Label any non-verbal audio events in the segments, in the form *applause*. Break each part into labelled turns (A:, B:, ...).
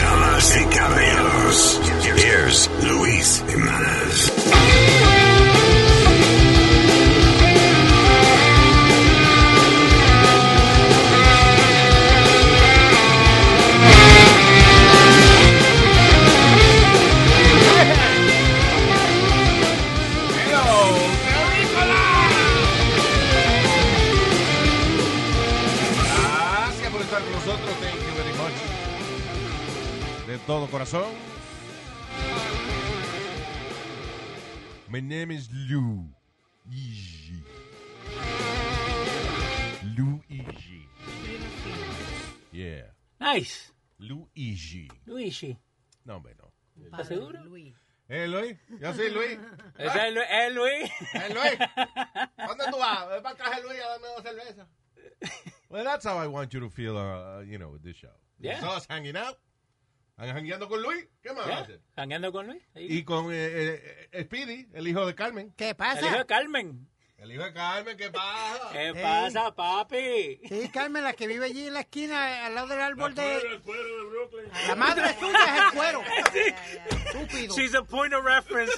A: Damas y caballeros, here's Luis Jimenez.
B: é Gracias por estar con nosotros. Thank you very much. De todo corazón. My name is Lou. Luigi. Luigi. Yeah.
C: Nice.
B: Luigi.
C: Luigi.
B: No, hombre, no.
C: ¿Estás seguro?
B: ¿Eh, Luis? Yo soy Luis.
C: ¿Es el, Lu- es Luis?
B: ¿Eh, Luis? ¿Dónde tú vas? Ven para acá, Luis, a darme dos cervezas. Well, that's how I want you to feel, uh, you know, with this show.
C: Yeah.
B: So, us hanging out. And hangueando con Luis. ¿Qué más
C: ¿Ya?
B: haces?
C: *laughs* ¿Jangueando con Luis? Ahí.
B: Y con eh, eh, Speedy, el hijo de Carmen.
D: ¿Qué
C: El hijo
D: pasa?
C: de Carmen.
B: El hijo de Carmen, ¿qué pasa? *laughs*
C: ¿Qué pasa, papi?
D: Sí, Carmen, la que vive allí en la esquina, al lado del árbol de...
B: El cuero de Brooklyn.
D: La madre suya es el cuero. Estúpido.
C: She's a point of reference.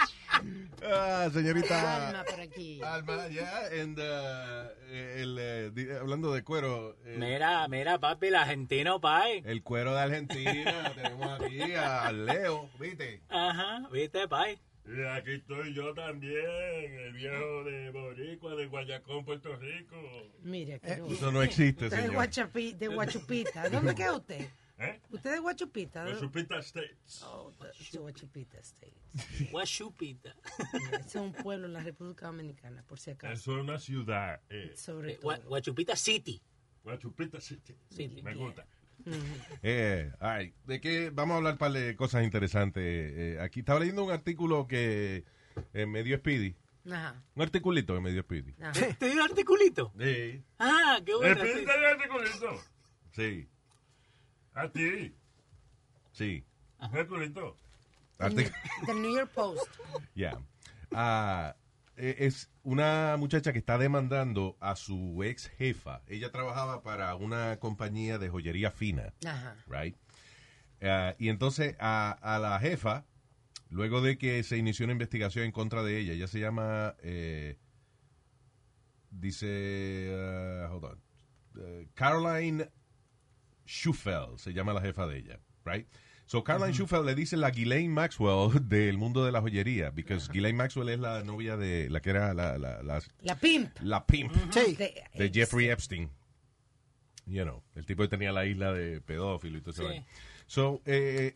B: Ah,
D: Calma
B: señorita.
D: por aquí.
B: Alma, ya, and, uh, el, eh, di- hablando de cuero, eh,
C: *laughs* mira, mira, papi, el argentino, pai.
B: el cuero de Argentina, tenemos aquí a Leo, ¿viste?
C: Ajá, ¿viste, pai?
E: Y aquí estoy yo también, el viejo de Boricua, de Guayacón, Puerto Rico.
F: Mire, que no.
B: Eso no existe,
F: Eh, Usted es
B: señor.
F: guachapi- de Guachupita. ¿Dónde queda usted?
E: ¿Eh?
F: Usted es Guachupita.
E: Los
F: ¿no?
E: Supita States.
F: Oh, de Guachupita State.
C: Guachupita.
F: Mira, ese es un pueblo en la República Dominicana, por si acaso.
E: Eso es una ciudad. eh,
F: Sobre todo.
C: Gua- Guachupita City.
E: Guachupita City.
C: City.
E: Me gusta.
C: Mm.
B: Eh, ay, de qué vamos a hablar un par de cosas interesantes. eh, aquí estaba leyendo un artículo que eh, me dio Speedy.
F: Ajá.
B: Un articulito que me dio Speedy.
F: ajá.
C: ¿Te dio articulito?
B: Sí.
C: Ah, qué bueno. sí.
E: Repítale el articulito.
B: Sí,
E: A ti.
B: sí.
E: Articulito.
B: Artic-
F: Del New York Post.
B: Ya. Ah, eh, es una muchacha que está demandando a su ex jefa. Ella trabajaba para una compañía de joyería fina,
F: Ajá.
B: right? Ah, y entonces a, a la jefa, luego de que se inició una investigación en contra de ella, ella se llama, eh, dice, ah, hold on, eh, Caroline Schufel, se llama la jefa de ella, right? So Caroline Schufel le dice la Ghislaine Maxwell *laughs* del mundo de la joyería, because Ghislaine Maxwell es la novia de la que era la, la, la,
F: La pimp.
B: la pimp
D: Sí.
F: De, eh,
B: de Jeffrey Epstein. You know, el tipo que tenía la isla de pedófilo y todo eso.
C: Sí.
B: So, eh,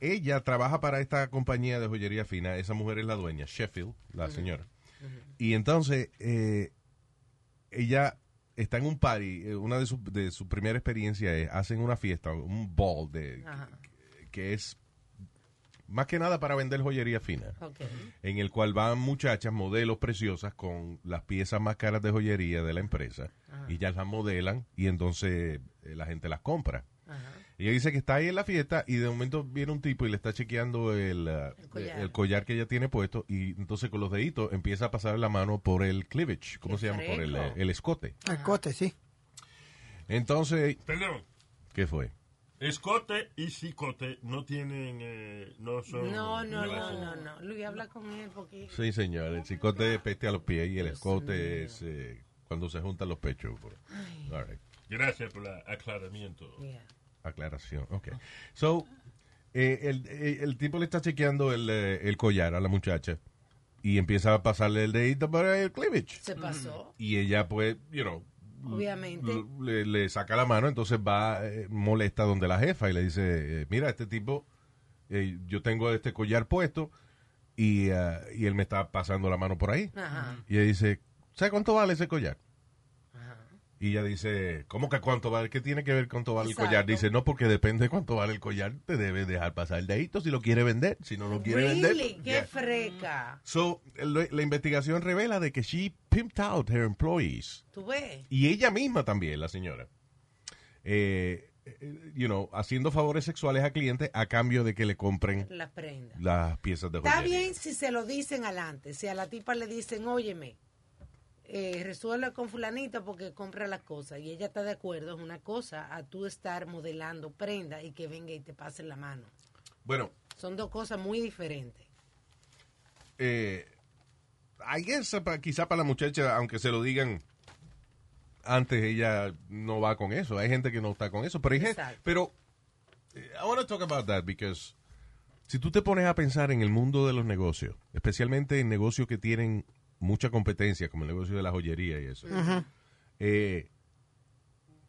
B: ella trabaja para esta compañía de joyería fina. Esa mujer es la dueña, Sheffield, la señora. Y entonces, eh, ella está en un party. eh, Una de sus de su primera experiencia es, hacen una fiesta, un ball, de,
F: Ajá.
B: que es más que nada para vender joyería fina
F: Ok.
B: en el cual van muchachas, modelos preciosas con las piezas más caras de joyería de la empresa y ya las modelan y entonces eh, la gente las compra.
F: Ajá.
B: Ella dice que está ahí en la fiesta y de momento viene un tipo y le está chequeando el, ah,
F: El collar.
B: el collar que ella tiene puesto y entonces con los deditos empieza a pasar la mano por el cleavage, ¿cómo
F: Qué
B: se llama? Por el, eh,
F: fresco.
B: el escote.
D: Al cote, sí.
B: Entonces,
E: Perdón.
B: ¿qué fue?
E: Escote y cicote no tienen, eh, no son...
F: No, no, no,
E: relación.
F: no, no. Luis, habla con él porque...
B: Sí,
F: Oh
B: señor, el chicote es peste a los pies y el escote es eh, cuando se juntan los pechos. All right.
E: Gracias por el aclaramiento.
F: Yeah.
B: Aclaración, ok. So, eh, el, eh, el tipo le está chequeando el, eh, el collar a la muchacha y empieza a pasarle el dedito para el cleavage.
F: Se pasó,
B: Y ella, pues, you know,
F: obviamente.
B: le, le saca la mano, entonces va eh, molesta donde la jefa y le dice, eh, mira, este tipo, eh, yo tengo este collar puesto y, ah, y él me está pasando la mano por ahí.
F: Ajá.
B: Y ella dice, ¿sabes cuánto vale ese collar?
F: Ajá.
B: Y Y ella dice, ¿cómo que cuánto vale? ¿Qué tiene que ver cuánto vale el
F: Exacto.
B: collar? Dice, no, porque depende de cuánto vale el collar, te debe dejar pasar el dedito si lo quiere vender. Si no lo quiere
F: Really?
B: vender. pues,
F: Qué
B: yeah.
F: freca.
B: So, lo- la investigación revela de que she pimped out her employees.
F: ¿Tú ves?
B: Y ella misma también, la señora. Eh, eh, you know, haciendo favores sexuales a clientes a cambio de que le compren
F: La prenda.
B: las piezas de joyería.
F: Está bien si se lo dicen adelante, si a la tipa le dicen, óyeme, eh, resuelve con fulanita porque compra las cosas y ella está de acuerdo, es una cosa a tú estar modelando prenda y que venga y te pase la mano.
B: Bueno,
F: Son dos cosas muy diferentes.
B: eh, I guess, eh, pa- quizá para la muchacha, aunque se lo digan antes, ella no va con eso. Hay gente que no está con eso. Pero, hay gen-
F: Exacto.
B: pero eh, I want to talk about that because si tú te pones a pensar en el mundo de los negocios, especialmente en negocios que tienen mucha competencia, como el negocio de la joyería y eso, eh,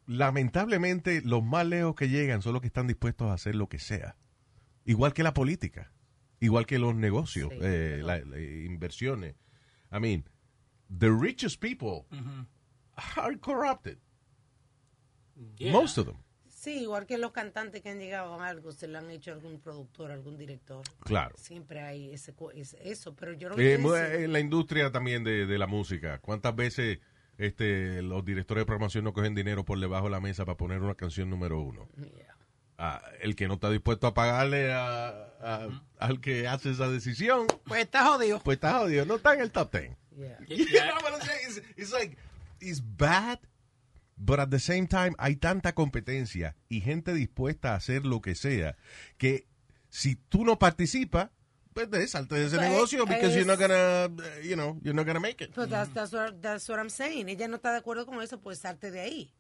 B: lamentablemente los más lejos que llegan son los que están dispuestos a hacer lo que sea. Igual que la política, igual que los negocios,
F: Sí,
B: eh, la- las inversiones. I mean, the richest people are corrupted,
C: Yeah.
B: most of them.
F: Sí, igual que los cantantes que han llegado a algo, se lo han hecho algún productor, algún director.
B: Claro.
F: Siempre hay ese, co- es- eso, pero yo no
B: Eh, mu- en la industria también de, de la música, ¿cuántas veces este, los directores de programación no cogen dinero por debajo de la mesa para poner una canción número uno? Ah, el que no está dispuesto a pagarle a- a- al que hace esa decisión,
D: Pues está jodido.
B: pues está jodido, no está en el top ten.
C: Yeah,
B: You know what I'm saying? It's, it's like, it's bad, but at the same time, hay tanta competencia y gente dispuesta a hacer lo que sea que si tú no participas, pues de- salte de ese
F: Pues,
B: negocio because you're
F: es-
B: not gonna, uh, you know, you're not gonna make it.
F: Pero that's, that's what- that's what I'm saying. Ella no está de acuerdo con eso, pues salte de ahí.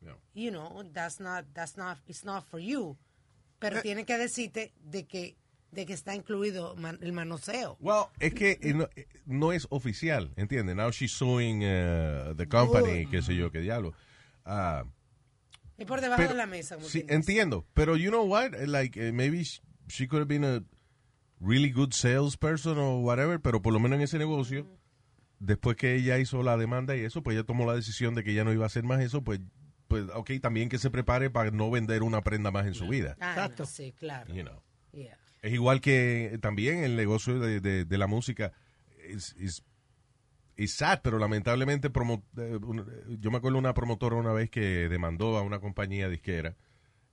B: No.
F: You know, that's not, that's not, it's not for you.
B: Eh.
F: Pero tiene que decirte de que, de que está incluido man- el manoseo.
B: Well, es que eh, no, eh, no es oficial, ¿entiendes? Now she's suing uh, the company, qué sé yo, qué diablo. Ah,
F: Es por debajo
B: Pero-
F: de la mesa. como
B: Sí,
F: quien dice.
B: entiendo. Pero you know what? Like eh, maybe sh- she could have been a really good salesperson or whatever, pero por lo menos en ese negocio, después que ella hizo la demanda y eso, pues ella tomó la decisión de que ya no iba a hacer más eso, pues pues ok, también que se prepare para no vender una prenda más en su vida.
F: Ah, no,
D: Exacto.
F: sí, claro.
B: You know.
F: Yeah.
B: Es igual que eh, también el negocio de, de- de la música. Es, es, es sad, pero lamentablemente promo- eh, un- yo me acuerdo una promotora una vez que demandó a una compañía disquera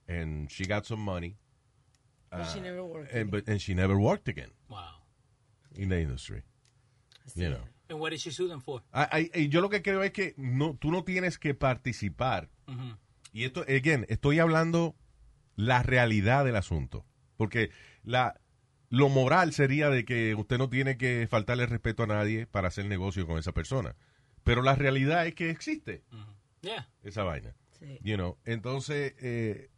B: and she got some money Ah,
F: But she never worked
B: and, but- and she never worked again
C: Wow.
B: in the industry. You know.
C: And what did she sue them for?
B: I- I- Ah, y yo lo que creo es que no, tú no tienes que participar. Y esto, again, estoy hablando la realidad del asunto. Porque la, lo moral sería de que usted no tiene que faltarle respeto a nadie para hacer negocio con esa persona. Pero la realidad es que existe
C: Yeah.
B: esa vaina.
F: Sí.
B: You know, entonces, eh,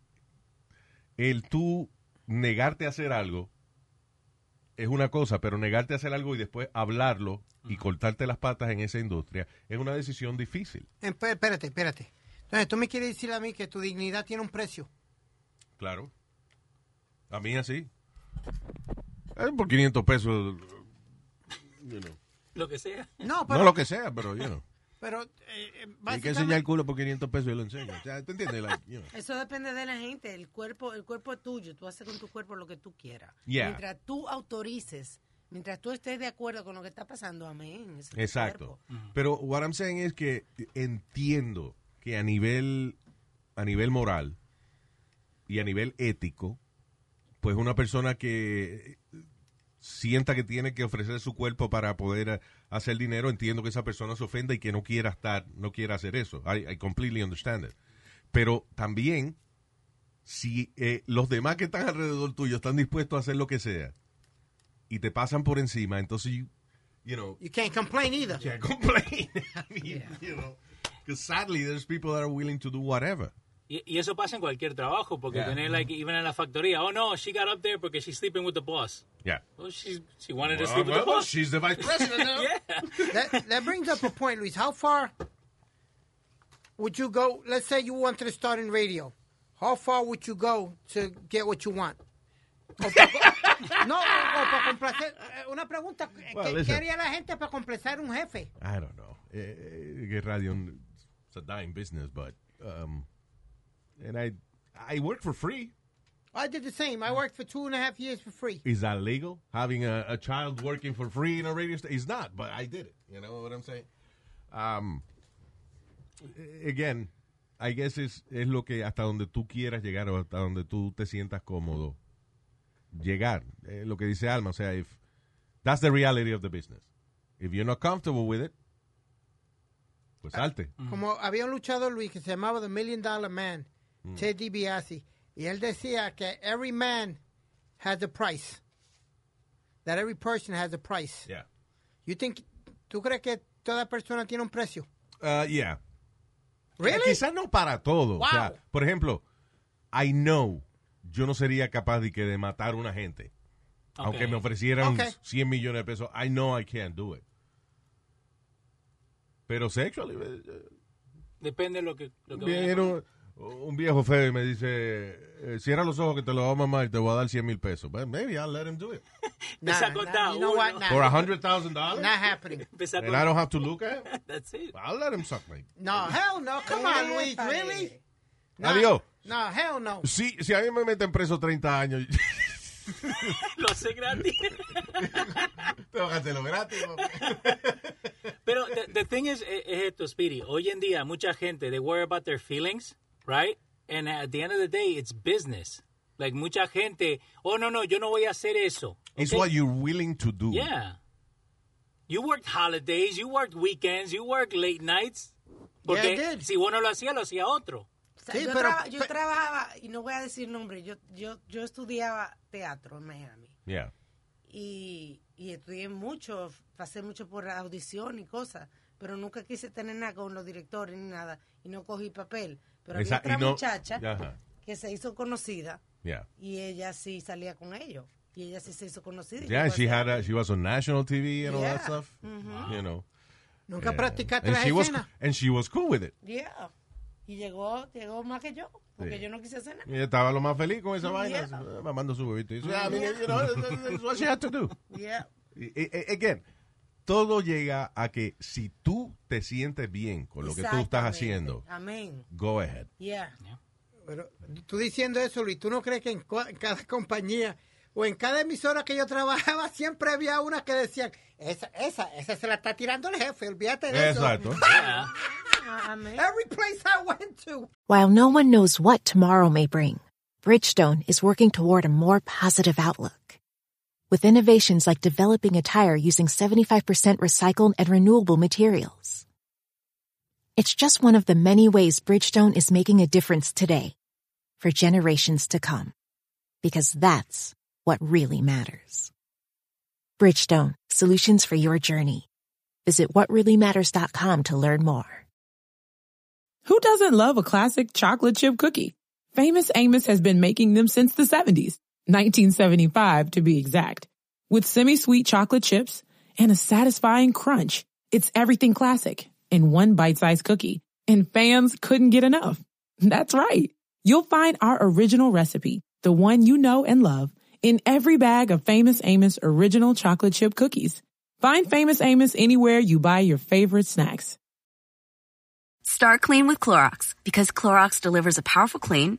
B: el tú negarte a hacer algo es una cosa, pero negarte a hacer algo y después hablarlo y cortarte las patas en esa industria es una decisión difícil.
D: Empe- Em, Espérate, espérate. Entonces, tú me quieres decir a mí que tu dignidad tiene un
B: *laughs*
D: precio.
B: Claro. A mí así. Eh, por 500 pesos. you know.
C: Lo que sea.
D: No,
B: No
D: pero.
B: lo que sea, pero you know.
D: pero eh, eh,
B: Hay que enseñar el
D: básicamente.
B: culo por 500 pesos y lo enseño. O sea, ¿Te entiendes? Like, you know.
F: Eso depende de la gente. El cuerpo, el cuerpo es tuyo. Tú haces con tu cuerpo lo que tú quieras.
B: Yeah.
F: Mientras tú autorices, mientras tú estés de acuerdo con lo que está pasando, amén. Ese es tu
B: Exacto.
F: cuerpo.
B: Pero what I'm saying es que entiendo que a nivel a nivel moral y a nivel ético, pues una persona que sienta que tiene que ofrecer su cuerpo para poder eh, hacer dinero, entiendo que esa persona se ofenda y que no quiera estar, no quiera hacer eso. I, I completely understand it. Pero también si eh, los demás que están alrededor tuyo están dispuestos a hacer lo que sea y te pasan por encima, entonces you, you know,
D: You can't
B: *laughs*
D: complain either.
B: can't complain. I mean, you know, because sadly, there's people that are willing to do whatever.
C: Y, y eso pasa en cualquier trabajo, porque
B: Yeah.
C: tener, like, even en la factoría, oh no, she got up there porque she's sleeping with the boss.
B: Yeah.
C: Well, she, she wanted to sleep with the boss.
B: she's the vice *laughs* president now.
C: yeah.
D: That, that brings up a point, Luis. How far would you go? Let's say you wanted to start in radio. How far would you go to get what you want?
B: *laughs*
D: O pa- no, o o para complacer. eh, Una pregunta: eh,
B: Well,
D: ¿qué- ¿qué
B: listen.
D: haría la gente para complacer un jefe?
B: I don't know. Eh, eh, que radio eh, it's a dying business, but um, and I I work for free.
D: I did the same. I worked for two and a half years for free.
B: Is that legal? Having a, a child working for free in a radio station? It's not, but I did it. You know what I'm saying? Um, a- again, I guess es, es lo que hasta donde tú quieras llegar o hasta donde tú te sientas cómodo llegar. Eh, lo que dice Alma, o sea, if, that's the reality of the business. If you're not comfortable with it, pues salte.
D: Como había un luchador, Luis, que se llamaba The Million Dollar Man,
B: Mm.
D: Ted DiBiase, y él decía que every man has a price. That every person has a price.
B: Yeah.
D: You think, ¿Tú crees que toda persona tiene un precio?
B: Uh, yeah.
D: Really?
B: Quizás Eh, no para todo. O sea,
D: Wow.
B: por ejemplo, I know yo no sería capaz de, que de matar a una gente. Aunque me ofrecieran
D: Ok.
B: 100 millones de pesos, I know I can't do it. Pero sexually, eh,
C: Depende de lo que. Lo que vaya a
B: viene un, un viejo feo y me dice, eh, cierra los ojos que te lo voy a mamar y te voy a dar 100 mil pesos. But maybe I'll let him
D: *laughs*
B: do it.
C: Te sacó
D: nah,
C: down
D: you know what?
C: uno.
D: Nah,
B: For $100,000,
D: not happening.
C: Empezar
B: and
C: con-
B: I don't have to look at him,
C: That's it. *laughs*
B: I'll let him suck my... *laughs*
D: No, hell no. Come on, Luis, really? No,
B: Adiós.
D: No, hell no.
B: Si, si a mí me meten preso 30 años, *laughs*
C: Lo hace gratis. *laughs*
B: tengo que hacerlo gratis. ¿no?
C: Pero the, the thing is, es, es esto, Speedy. Hoy en día, mucha gente, they worry about their feelings, right? And at the end of the day, it's business. Like, mucha gente, oh, no, no, yo no voy a hacer eso.
B: It's
C: Okay?
B: what you're willing to do.
C: Yeah. You worked holidays, you worked weekends, you worked late nights. Porque
D: Yeah, I did.
C: si uno lo hacía, lo hacía otro.
F: O sea,
D: Sí,
F: yo,
D: pero-
F: traba- yo
D: pe-
F: trabajaba, y no voy a decir nombre, yo, yo, yo estudiaba teatro en Miami.
B: Yeah.
F: y, y estudié mucho, pasé mucho por audición y cosas, pero nunca quise tener nada con los directores ni nada y no cogí papel. Pero
B: Esa- y
F: había otra
B: no-
F: muchacha
B: Ajá.
F: que se hizo conocida
B: Yeah.
F: y ella sí salía con ellos y ella sí se hizo conocida. y
B: Yeah,
F: llegó a
B: she
F: ser-
B: had a, she was on national TV and all that
F: Yeah. Mm-hmm.
B: stuff. You know.
D: Nunca
B: Yeah.
D: practicaste
B: and
D: la
B: she was
D: escena.
B: and she was cool with it.
F: Yeah. Y llegó, llegó más que yo, porque
B: Sí.
F: yo no quise hacer nada.
B: Y ella estaba lo más feliz con esa
F: Mm, Yeah. Mm,
B: vaina, eh, mamando su huevito. Y dice, "Ah, mira, you know, that's- that's what she had to do.
F: Yeah.
B: Y- y- y- Again, todo llega a que si tú te sientes bien con lo que tú estás
F: Exactamente.
B: haciendo,
F: Amén.
B: go ahead.
F: Yeah.
D: Pero tú diciendo eso, Luis, ¿tú no crees que en, cua- en cada compañía o en cada emisora que yo trabajaba *laughs* siempre había una que decían, esa, esa, esa se la está tirando el jefe, olvídate de
B: Exacto.
D: eso.
F: *laughs*
C: Yeah.
F: Ah, Amén.
D: Every place I went to.
G: While no one knows what tomorrow may bring, Bridgestone is working toward a more positive outlook. With innovations like developing a tire using 75% recycled and renewable materials. It's just one of the many ways Bridgestone is making a difference today for generations to come. Because that's what really matters. Bridgestone, solutions for your journey. Visit whatreallymatters.com to learn more.
H: Who doesn't love a classic chocolate chip cookie? Famous Amos has been making them since the 70s, 1975 to be exact. With semi-sweet chocolate chips and a satisfying crunch, it's everything classic in one bite-sized cookie. And fans couldn't get enough. *laughs* That's right. You'll find our original recipe, the one you know and love, in every bag of Famous Amos original chocolate chip cookies. Find Famous Amos anywhere you buy your favorite snacks.
I: Start clean with Clorox because Clorox delivers a powerful clean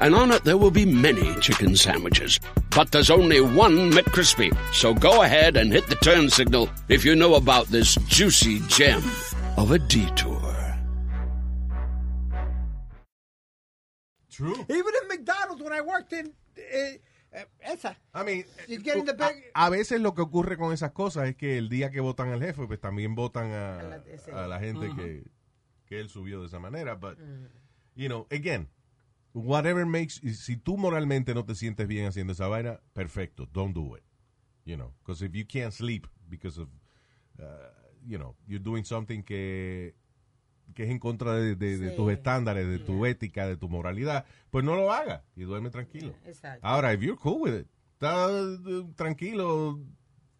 J: and on it there will be many chicken sandwiches. But there's only one McCrispy. So go ahead and hit the turn signal if you know about this juicy gem of a detour.
B: True.
D: Even in McDonald's when I worked in, eh, eh, esa.
B: I mean,
D: She's getting the bag-
B: a, a veces lo que ocurre con esas cosas es que el día que votan al jefe, pues también votan a, a la, gente que, que él subió de esa manera. But, you know, again, whatever makes, si tú moralmente no te sientes bien haciendo esa vaina, perfecto, don't do it. You know, because if you can't sleep because of, uh, you know, you're doing something que que es en contra de, de- de tus estándares, de tu ética, de tu moralidad, pues no lo hagas y duerme tranquilo.
F: Exacto.
B: Ahora, if you're cool with it, está eh, tranquilo,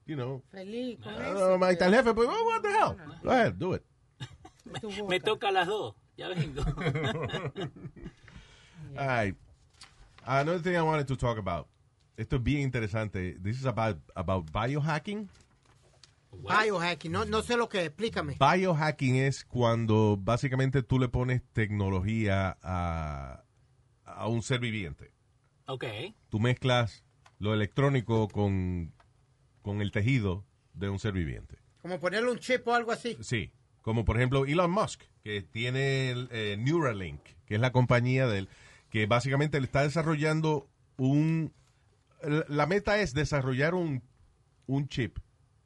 B: you know.
F: Feliz con
B: I don't
F: eso.
B: know, Mike, está el jefe, pues, oh, what the hell? Go ahead, do it.
C: Me toca a las dos. Ya vengo. *laughs*
B: All right. Another thing I wanted to talk about. Esto es bien interesante. This is about, about biohacking.
D: Biohacking, no, no sé lo que es, explícame.
B: Biohacking es cuando básicamente tú le pones tecnología a, a un ser viviente.
C: Ok.
B: Tú mezclas lo electrónico con, con el tejido de un ser viviente.
D: Como ponerle un chip o algo así.
B: Sí, como por ejemplo Elon Musk, que tiene el, eh, Neuralink, que es la compañía de él, que básicamente le está desarrollando un... la- La meta es desarrollar un, un chip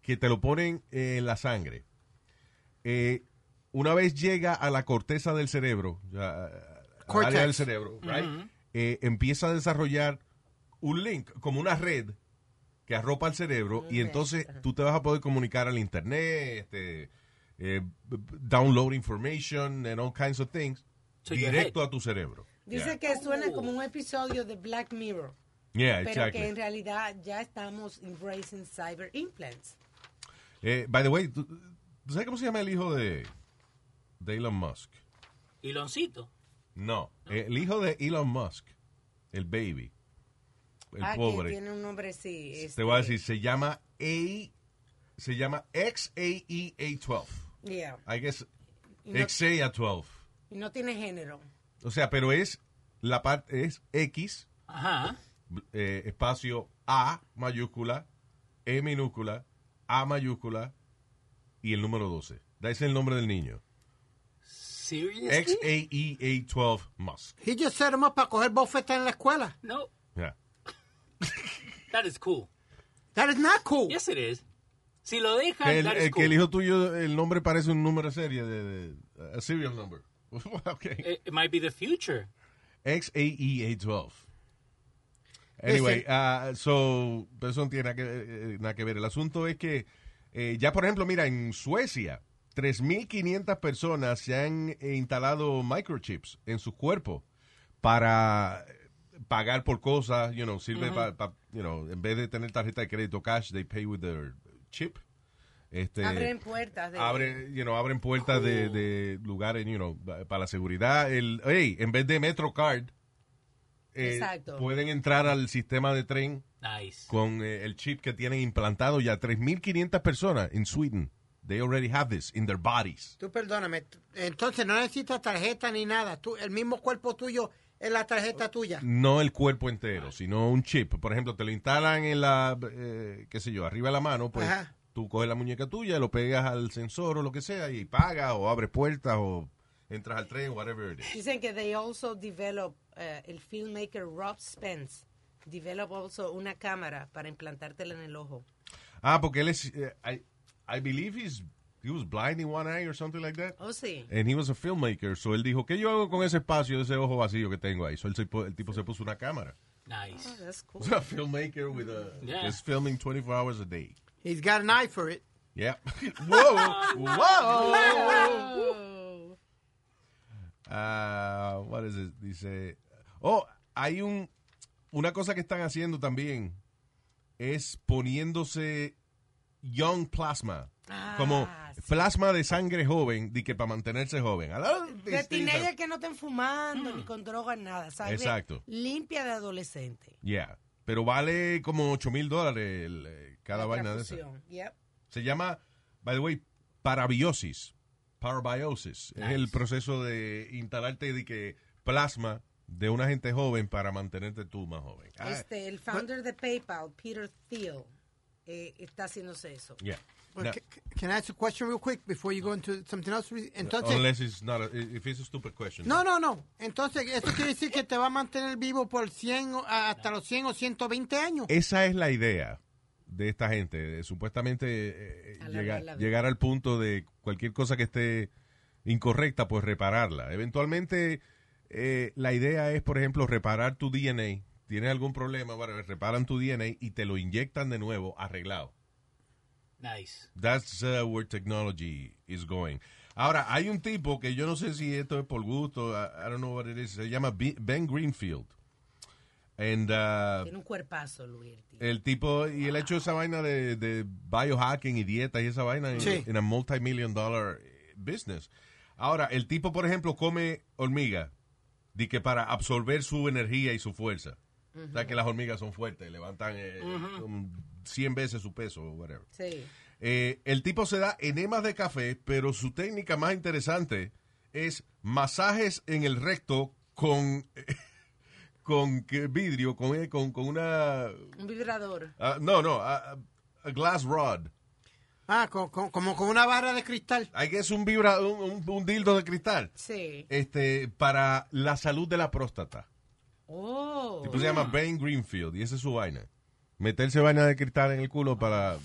B: que te lo ponen eh, en la sangre. Eh, una vez llega a la corteza del cerebro, ya, al área
A: Cortex.
B: del cerebro, right?
A: Ujú.
B: eh, empieza a desarrollar un link, como una red que arropa el cerebro y entonces tú te vas a poder comunicar al internet, este, eh, b- b- download information and all kinds of things
C: To your
B: directo a tu cerebro.
F: Dice que suena como un episodio de Black Mirror.
B: Yeah,
F: pero
B: exactly.
F: que en realidad ya estamos embracing cyber implants.
B: Eh, by the way, ¿tú, tú sabes cómo se llama el hijo de, de Elon Musk?
C: Iloncito.
B: No, eh, el hijo de Elon Musk, el baby, el
F: ah,
B: pobre.
F: que tiene un nombre sí. este,
B: Te voy a decir, se llama A, se llama XAEA12.
F: Yeah.
B: I guess
F: Y no-
B: XAEA12.
F: Y no tiene género.
B: O sea, pero es la parte es X
C: Ajá.
B: eh, espacio A mayúscula, E minúscula, A mayúscula y el número 12. Da ese el nombre del niño. X A
C: Seriously?
B: E A 12 Musk.
D: He just set him up para coger bofetas en la escuela.
C: No.
B: Yeah.
C: That is cool.
D: That is not cool.
C: Yes, it is. Si lo dejan,
B: Que el,
C: that is
B: el
C: cool.
B: que el hijo tuyo, el nombre parece un número de serie, de, de- a serial number. *laughs* okay.
C: Eh, It, it might be the future.
B: X A E A 12. Anyway, ah, so, pero eso no tiene nada que, eh, nada que ver. El asunto es que, eh, ya por ejemplo, mira, en Suecia, 3.500 personas se han eh, instalado microchips en su cuerpo para pagar por cosas, you know, sirve
A: Ujú.
B: para, you know, en vez de tener tarjeta de crédito cash, they pay with their chip. Este,
F: Abren puertas de-
B: abre- you know, abren puertas de, de lugares, you know, pa- para la seguridad. El, hey, en vez de MetroCard, eh,
C: Exacto.
B: pueden entrar al sistema de tren
C: Nice.
B: con eh, el chip que tienen implantado ya 3.500 personas en Sweden. They already have this in their bodies.
D: Tú perdóname. t- Entonces no necesitas tarjeta ni nada. Tú, el mismo cuerpo tuyo es la tarjeta tuya.
B: No el cuerpo entero, sino un chip. Por ejemplo, te lo instalan en la, eh, qué sé yo, arriba de la mano, pues
D: Ajá.
B: tú coges la muñeca tuya, lo pegas al sensor o lo que sea y pagas o abres puertas o entras al tren, whatever it is.
F: Dicen que they also develop, eh, el filmmaker Rob Spence develop also una cámara para implantártela en el ojo.
B: Ah, porque él es, eh, I, I believe he's, he was blind in one eye or something like that.
F: Oh, sí.
B: And he was a filmmaker, so él dijo, ¿qué yo hago con ese espacio, ese ojo vacío que tengo ahí? So el, tipo- el tipo se puso una cámara. *laughs*
C: Nice.
F: Oh, that's cool.
B: A filmmaker with a, is filming 24 hours a day.
D: He's got an eye for it. *laughs*
B: Yeah. Whoa, whoa. Ah, what is it? Dice. Oh, hay un. Una cosa que están haciendo también es poniéndose young plasma.
D: Ah,
B: como plasma de sangre joven, di que para mantenerse joven. A lot of
F: De
B: these things are-
F: teenager que no estén fumando ni con drogas, nada. Sangre
B: Mm. Exacto.
F: Limpia de adolescente.
B: Yeah. Pero vale como 8 mil dólares el, eh, cada vaina de esa.
F: Transfusión. Yep.
B: Se llama, by the way, parabiosis. Parabiosis. Es
A: Nice.
B: el proceso de instalarte de que plasma de una gente joven para mantenerte tú más joven. Ah,
F: Este, el founder de PayPal, Peter Thiel, eh, está haciéndose eso.
B: yeah.
D: Well,
B: Now,
D: ca- ca- can I ask a question real quick before you go into something else? Entonces,
B: unless it's not a- if it's a stupid question.
D: no, no, no. Entonces, eso quiere decir que te va a mantener vivo por 100 o- a- hasta los 100 o 120 años.
B: Esa es la idea de esta gente. de supuestamente eh, eh,
D: Alargar
B: llegar,
D: la vida.
B: llegar al punto de cualquier cosa que esté incorrecta, pues repararla. Eventualmente, eh, la idea es, por ejemplo, reparar tu DNA. Tienes algún problema, bueno, reparan tu DNA y te lo inyectan de nuevo arreglado.
C: Nice.
B: That's uh, where technology is going. Ahora, hay un tipo que yo no sé si esto es por gusto, I, I don't know what it is, se llama B- Ben Greenfield. And, uh,
F: Tiene un cuerpazo, Luis.
B: el tipo, y él ha hecho esa vaina de, de biohacking y dieta y esa vaina en-
F: Sí.
B: en a multi-million dollar eh, business. Ahora, el tipo, por ejemplo, come hormiga de que para absorber su energía y su fuerza. O sea, que las hormigas son fuertes, levantan eh,
F: Ujú.
B: un 100 veces su peso o whatever.
F: Sí.
B: Eh, el tipo se da enemas de café, pero su técnica más interesante es masajes en el recto con, *laughs* con que- vidrio, con, eh, con, con una...
F: Un vibrador.
B: ah, no, no, ah, a glass rod.
D: Ah, co- co- como con una barra de
F: *laughs*
D: cristal.
B: Hay que es un, vibra, un, un- un dildo de cristal.
F: Sí.
B: Este, para la salud de la próstata.
F: Oh.
B: El tipo se llama Ben Greenfield y esa es su vaina. Meterse vaina de cristal en el culo para...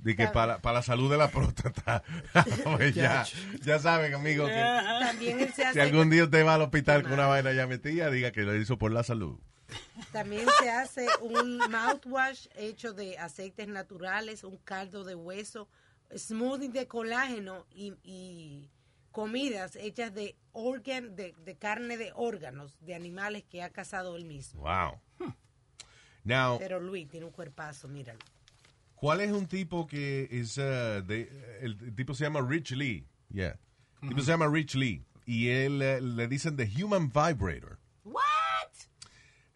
B: De que para, para la salud de la próstata. *laughs* Pues ya, ya saben, amigo, que
F: También él se hace.
B: si algún día usted va al hospital con una vaina ya metida, diga que lo hizo por la salud.
F: También se hace un mouthwash hecho de aceites naturales, un caldo de hueso, smoothie de colágeno y, y comidas hechas de, organ, de, de carne de órganos de animales que ha cazado él mismo.
B: Wow. Now,
F: Pero Luis tiene un cuerpazo, míralo.
B: ¿cuál es un tipo que es uh, de- el, el tipo se llama Rich Lee? Yeah. El tipo se llama Rich Lee y él eh, le dicen the human vibrator.
F: What?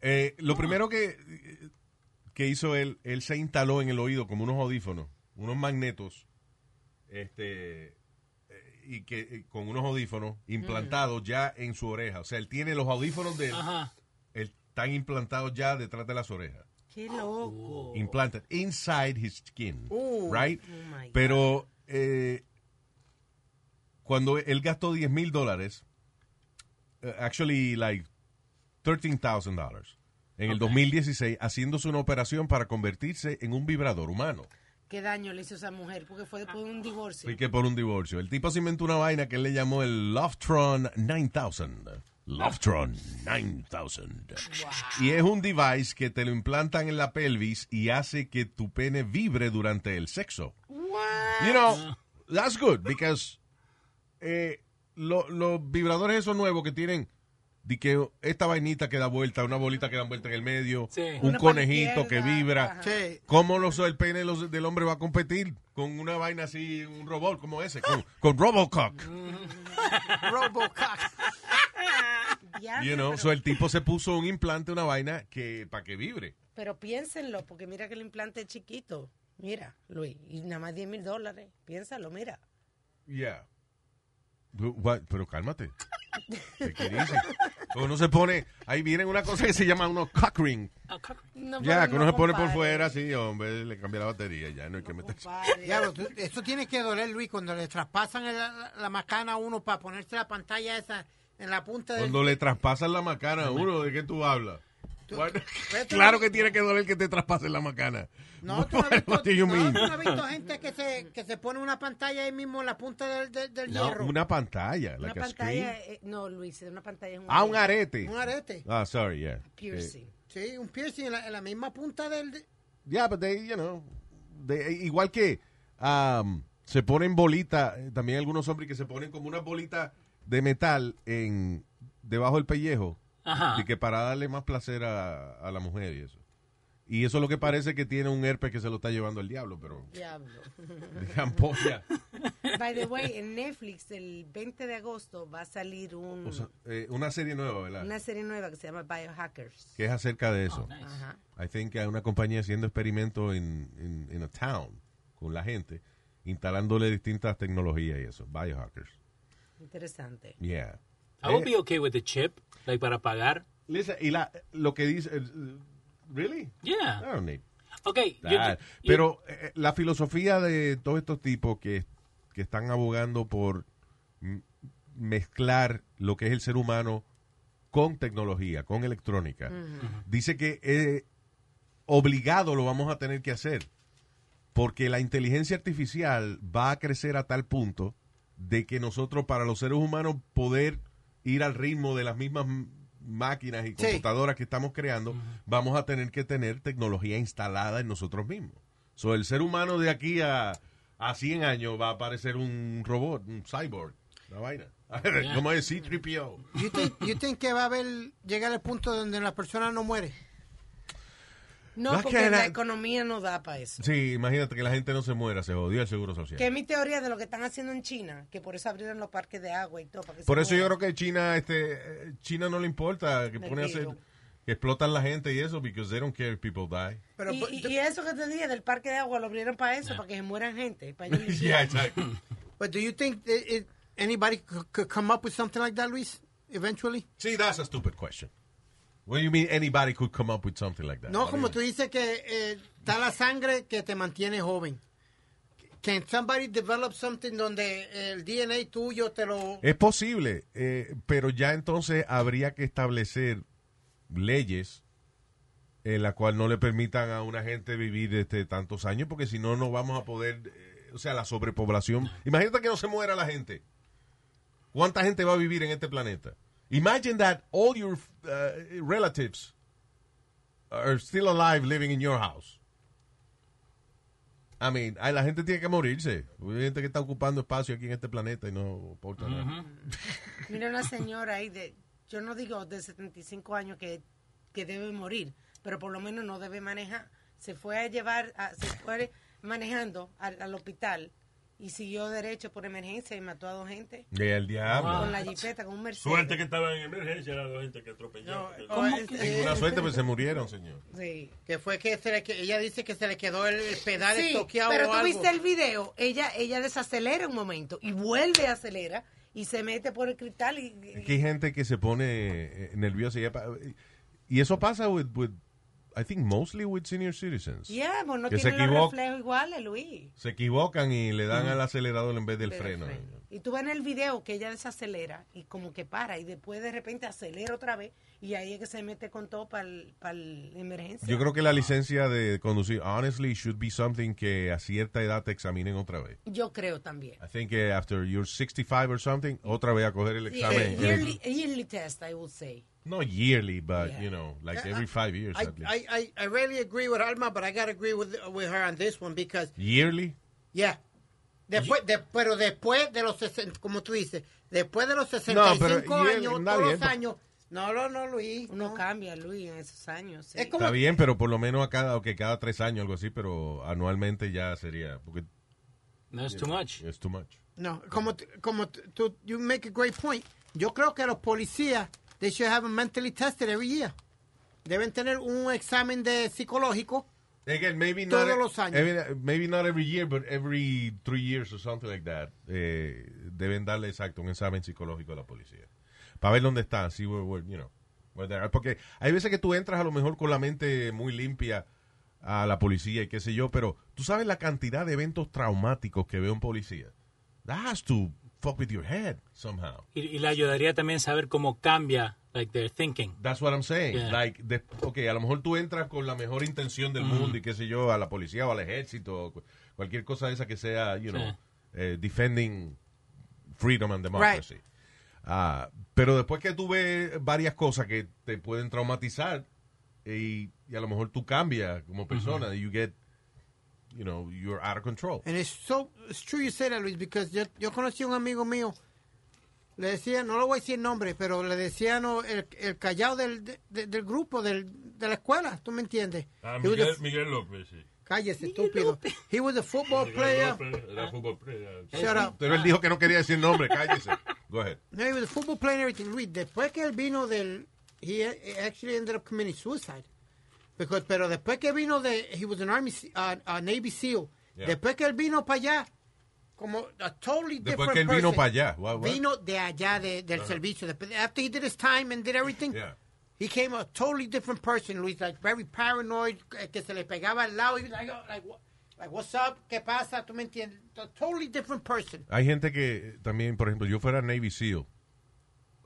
B: Eh, lo primero que, que hizo él, él se instaló en el oído como unos audífonos, unos magnetos, este, eh, y que eh, con unos audífonos implantados ya en su oreja. O sea, él tiene los audífonos de él,
C: Ajá.
B: él están implantados ya detrás de las orejas.
F: Qué loco.
B: Implanted inside his skin,
F: Oh.
B: right?
F: Oh my God.
B: Pero eh, cuando él gastó 10 mil dólares, eh, actually like 13,000 dólares, en el 2016, haciéndose una operación para convertirse en un vibrador humano.
F: Qué daño le hizo esa mujer, porque fue después de un divorcio.
B: Fue que por un divorcio. El tipo se inventó una vaina que él le llamó el Loftron 9000. Loftron 9000. Y es un device que te lo implantan en la pelvis y hace que tu pene vibre durante el sexo. You know, that's good because eh, lo- los vibradores esos nuevos que tienen de que esta vainita que da vuelta, una bolita que da vuelta en el medio, un
D: Una
B: conejito
D: para
B: que
D: izquierda,
B: vibra.
D: ajá. Sí.
B: ¿Cómo los, el pene los- del hombre va a competir con una vaina así, un robot como ese, con, con Robocock?
D: Robocock.
F: Diablo,
B: You know?
F: pero,
B: So, el tipo se puso un implante, una vaina que para que vibre.
F: pero piénsenlo, porque mira que el implante es chiquito. Mira, Luis, y nada más 10 mil dólares. Piénsalo, mira.
B: Yeah. Pero cálmate. ¿Qué qué dice? Uno se pone, ahí viene una cosa que se llama uno cock ring.
F: No,
B: ya,
F: pero
B: que
F: no
B: uno se pone por
F: compare.
B: fuera, sí, hombre, le cambia la batería, ya no hay que meterse.
D: Diablo, tú- esto tiene que doler, Luis, cuando le traspasan el- la, la macana a uno para ponerse la pantalla esa en la punta del...
B: Cuando le traspasan la macana a uno, ¿de qué tú hablas? Bueno, *laughs*
D: Vete,
B: claro que tiene que doler que te traspasen la macana.
D: No, tú no
B: *laughs*
D: has visto,
B: What do you
D: no,
B: mean?
D: tú no has visto gente que se, que se pone una pantalla ahí mismo en la punta del, del, del
B: No,
D: hierro.
B: una pantalla,
F: Una
B: like a
F: pantalla,
B: screen.
F: eh, no, Luis, una pantalla es un
B: Ah, un arete.
D: Un arete.
B: Ah, sorry, yeah.
F: piercing.
D: Sí, un piercing en la, en la misma punta
B: *laughs*
D: del... de-
B: Eh, yeah, but they, you know, they- igual que um, se ponen bolitas, eh, también algunos hombres que se ponen como una bolita de metal en debajo del pellejo,
C: Ajá.
B: y que para darle más placer a, a la mujer y eso. Y eso es lo que parece que tiene un herpes que se lo está llevando el diablo,
F: *laughs*
B: pero
F: Diablo.
B: de ampolla.
F: By the way, en Netflix el 20 de agosto va a salir un-
B: O sea, eh, una serie nueva, ¿verdad?
F: una serie nueva que se llama Biohackers.
B: que es acerca de eso.
F: Ajá.
B: I think hay una compañía haciendo experimentos en, en, en a town con la gente, instalándole distintas tecnologías y eso. Biohackers.
F: Interesante.
B: Yeah.
C: I
B: Eh.
C: would be okay with the chip, like para pagar.
B: Listen, y la, lo que dice. eh, ¿Really?
C: Yeah.
B: I don't need
C: Okay. you-
B: Ah. that.
C: you-
B: Pero eh, la filosofía de todos estos tipos que, que están abogando por m- mezclar lo que es el ser humano con tecnología, con electrónica,
A: Ujú.
B: dice que eh, obligado lo vamos a tener que hacer, porque la inteligencia artificial va a crecer a tal punto de que nosotros, para los seres humanos, poder ir al ritmo de las mismas m- máquinas y computadoras que estamos creando, vamos a tener que tener tecnología instalada en nosotros mismos. So, el ser humano de aquí a, a 100 años va a parecer un robot, un cyborg, una vaina. *laughs*
D: Yeah.
B: ¿Cómo es C-3PO?
D: You think, you think que va a haber llegar al punto donde la persona no muere?
F: No,
B: Más
F: porque
B: que
F: la
B: la-
F: economía no da para eso.
B: Sí, imagínate que la gente no se muera, se jodió el seguro social.
F: Que es mi teoría de lo que están haciendo en China, que por eso abrieron los parques de agua y todo. para que se
B: Por eso yo
F: mueran.
B: creo que China, este, eh, China no le importa que
F: Me
B: pone a hacer,
F: río.
B: que explotan la gente y eso, because they don't care if people die.
F: y, y- y eso que te dije del parque de agua lo abrieron para eso, para que se mueran
B: *laughs*
F: gente. Para
B: *laughs*
F: ellos
B: yeah, exactly.
D: But do you think that it, anybody could, could come up with something like that, Luis, eventually?
B: See, that's a stupid question. What do you mean anybody could come up with something like that?
D: No, como tú dices que eh, está la sangre que te mantiene joven. Can somebody develop something donde el DNA tuyo te lo...
B: Es posible, eh, pero ya entonces habría que establecer leyes en la cual no le permitan a una gente vivir este, tantos años, porque si no, no vamos a poder, eh, o sea, la sobrepoblación. Imagínate que no se muera la gente. ¿Cuánta gente va a vivir en este planeta? Imagine that all your uh, relatives are still alive living in your house. I mean, ay, la gente tiene que morirse. Hay gente que está ocupando espacio aquí en este planeta y no aporta nada.
F: Mira una señora ahí de, yo no digo de 75 años que, que debe morir, pero por lo menos no debe manejar. Se fue a llevar, a- se fue manejando al, al hospital y siguió derecho por emergencia y mató a dos gente.
B: Y el diablo.
F: Con la jipeta, con un Mercedes.
E: Suerte que estaban en emergencia, la gente que atropellaron.
D: eh, ¿Cómo que-
B: Ninguna suerte, pues se murieron, señor.
F: Sí.
D: Que fue que, se le que- ella dice que se le quedó el el pedal
F: Sí,
D: estoqueado
F: pero
D: o
F: tú
D: algo.
F: viste el video, ella, ella desacelera un momento y vuelve a acelera y se mete por el cristal y...
B: Es que hay gente que se pone eh, nerviosa y, pa- y eso pasa with, with, I think mostly with senior citizens.
F: Yeah, pues no
B: que se
F: tiene los
B: equivoca.
F: reflejos iguales, Luis.
B: Se equivocan y le dan al acelerador en vez del
F: Del
B: freno.
F: Y tú ves en el video que ella desacelera y como que para y después de repente acelera otra vez y ahí es que se mete con todo para la emergencia.
B: Yo creo que la licencia de conducir, honestly, should be something que a cierta edad te examinen otra vez.
F: Yo creo también.
B: I think eh, after you're 65 or something, otra vez a coger el
F: Sí,
B: examen. eh,
F: yearly, yearly test, I would say.
B: no yearly, but,
F: Yeah.
B: you know, like
D: Yeah,
B: every five years
D: I,
B: at least.
D: I, I, I really agree with Alma, but I gotta agree with, with her on this one because,
B: yearly?
D: yeah. Después, de- pero después de los 60, como tú dices, después de los
B: No,
D: 65
B: pero- y él-
D: años,
B: está
D: todos
B: bien,
D: los
B: pero-
D: años, no, no, no, Luis.
F: Uno cambia, Luis, en esos años. sí.
D: Ah. Es como-
B: Está bien, pero por lo menos a cada, o que cada tres años, algo así, pero anualmente ya sería. Porque,
C: No, it's too much.
B: It's too much.
D: No, como, t- como t- tú, you make a great point. Yo creo que los policías, they should have them mentally tested every year. Deben tener un examen de psicológico.
B: Again, maybe not, e-
D: Todos los años.
B: Every, maybe not every year, but every three years or something like that. eh, deben darle exacto un examen psicológico a la policía. Para ver dónde están, si we're- we're, you know, where they are. Porque hay veces que tú entras a lo mejor con la mente muy limpia a la policía y qué sé yo, pero tú sabes la cantidad de eventos traumáticos que ve un policía. That has to fuck with your head somehow.
C: Y, y le ayudaría también saber cómo cambia, like, their thinking.
B: That's what I'm saying.
C: Yeah.
B: Like, de- ok, a lo mejor tú entras con la mejor intención del
C: Mm.
B: mundo y qué sé yo, a la policía o al ejército, o cu- cualquier cosa de esa que sea, you know,
C: Sí.
B: eh, defending freedom and democracy. Ah, pero después que tú ves varias cosas que te pueden traumatizar eh, y, y a lo mejor tú cambias como persona, you get, you know, you're out of control.
D: And it's so it's true you say that, Luis, because yo, yo conocí a un amigo mío. Le decía, no le voy a decir nombre, pero le decían no, el, el callado del, de- de- del grupo, del, de la escuela, ¿tú me entiendes?
E: Ah,
D: He was a-
E: Miguel, Miguel López, sí.
D: cállese, estúpido. He was a football
E: Miguel
D: player.
E: López era fútbol player.
D: Shut up.
B: Pero él dijo que no quería decir nombre, cállese. Go ahead.
D: No, he was a football player and everything. Luis, después que él vino del... He he actually ended up committing suicide. Because, pero después que vino de... He was an Army... se- uh, a Navy SEAL.
B: Yeah.
D: Después que él vino para allá, como a totally
B: Después
D: different
B: que él vino
D: person.
B: para allá, what- what?
D: Vino de allá, de, del servicio. Después, after he did his time and did everything,
B: Yeah.
D: he came a totally different person, Luis. Like, very paranoid, eh, que se le pegaba al lado. He was like, oh, like, what- like, what's up? ¿Qué pasa? ¿Tú me entiendes? A totally different person.
B: Hay gente que también, por ejemplo, yo fuera Navy SEAL.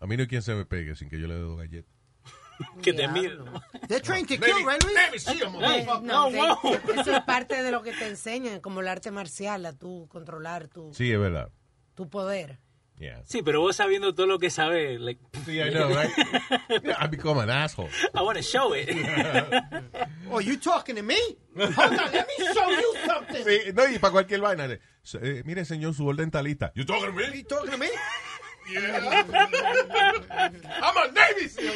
B: A mí no hay quien se me pegue sin que yo le dé dos galletas.
C: Que te mire.
D: They're trying to kill, right, Luis?
F: Eh,
C: No,
F: te-
C: wow.
F: te- eso es parte de lo que te enseñan, como el arte marcial, a tú controlar tu,
B: Sí, es verdad.
F: tu poder.
B: Yeah.
C: Sí, pero vos sabiendo todo lo que sabes, like, *laughs*
B: See, I know, right? *laughs* yeah, I become an asshole.
C: I want to show
B: *laughs*
C: it.
D: Oh, you talking to me? Hold on, let me show you something.
B: Sí, no, y para cualquier vaina. de, "Se- eh, mire, señor, su orden talista. You talking to me?
D: You talking to me?
B: I'm a Navy SEAL.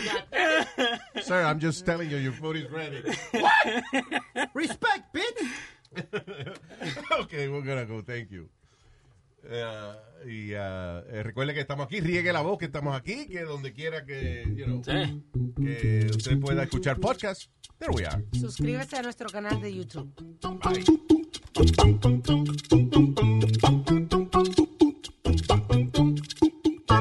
B: Sir, I'm just telling you, your food is ready. *laughs* What?
D: Respect, bitch.
B: okay, we're gonna go. Thank you. Eh, y ah, eh, recuerde que estamos aquí, riegue la voz que estamos aquí, que donde quiera que, you know,
C: Sí.
B: que Eh, usted pueda escuchar podcast. There we are.
F: Suscríbase a nuestro canal de YouTube.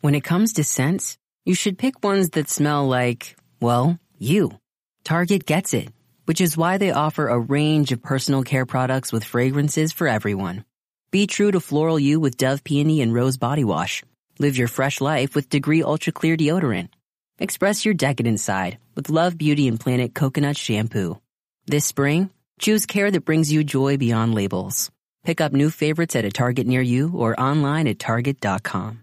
K: When it comes to scents, you should pick ones that smell like, well, you. Target gets it, which is why they offer a range of personal care products with fragrances for everyone. Be true to floral you with Dove Peony and Rose Body Wash. Live your fresh life with Degree Ultra Clear Deodorant. Express your decadent side with Love Beauty and Planet Coconut Shampoo. This spring, choose care that brings you joy beyond labels. Pick up new favorites at a Target near you or online at Target.com.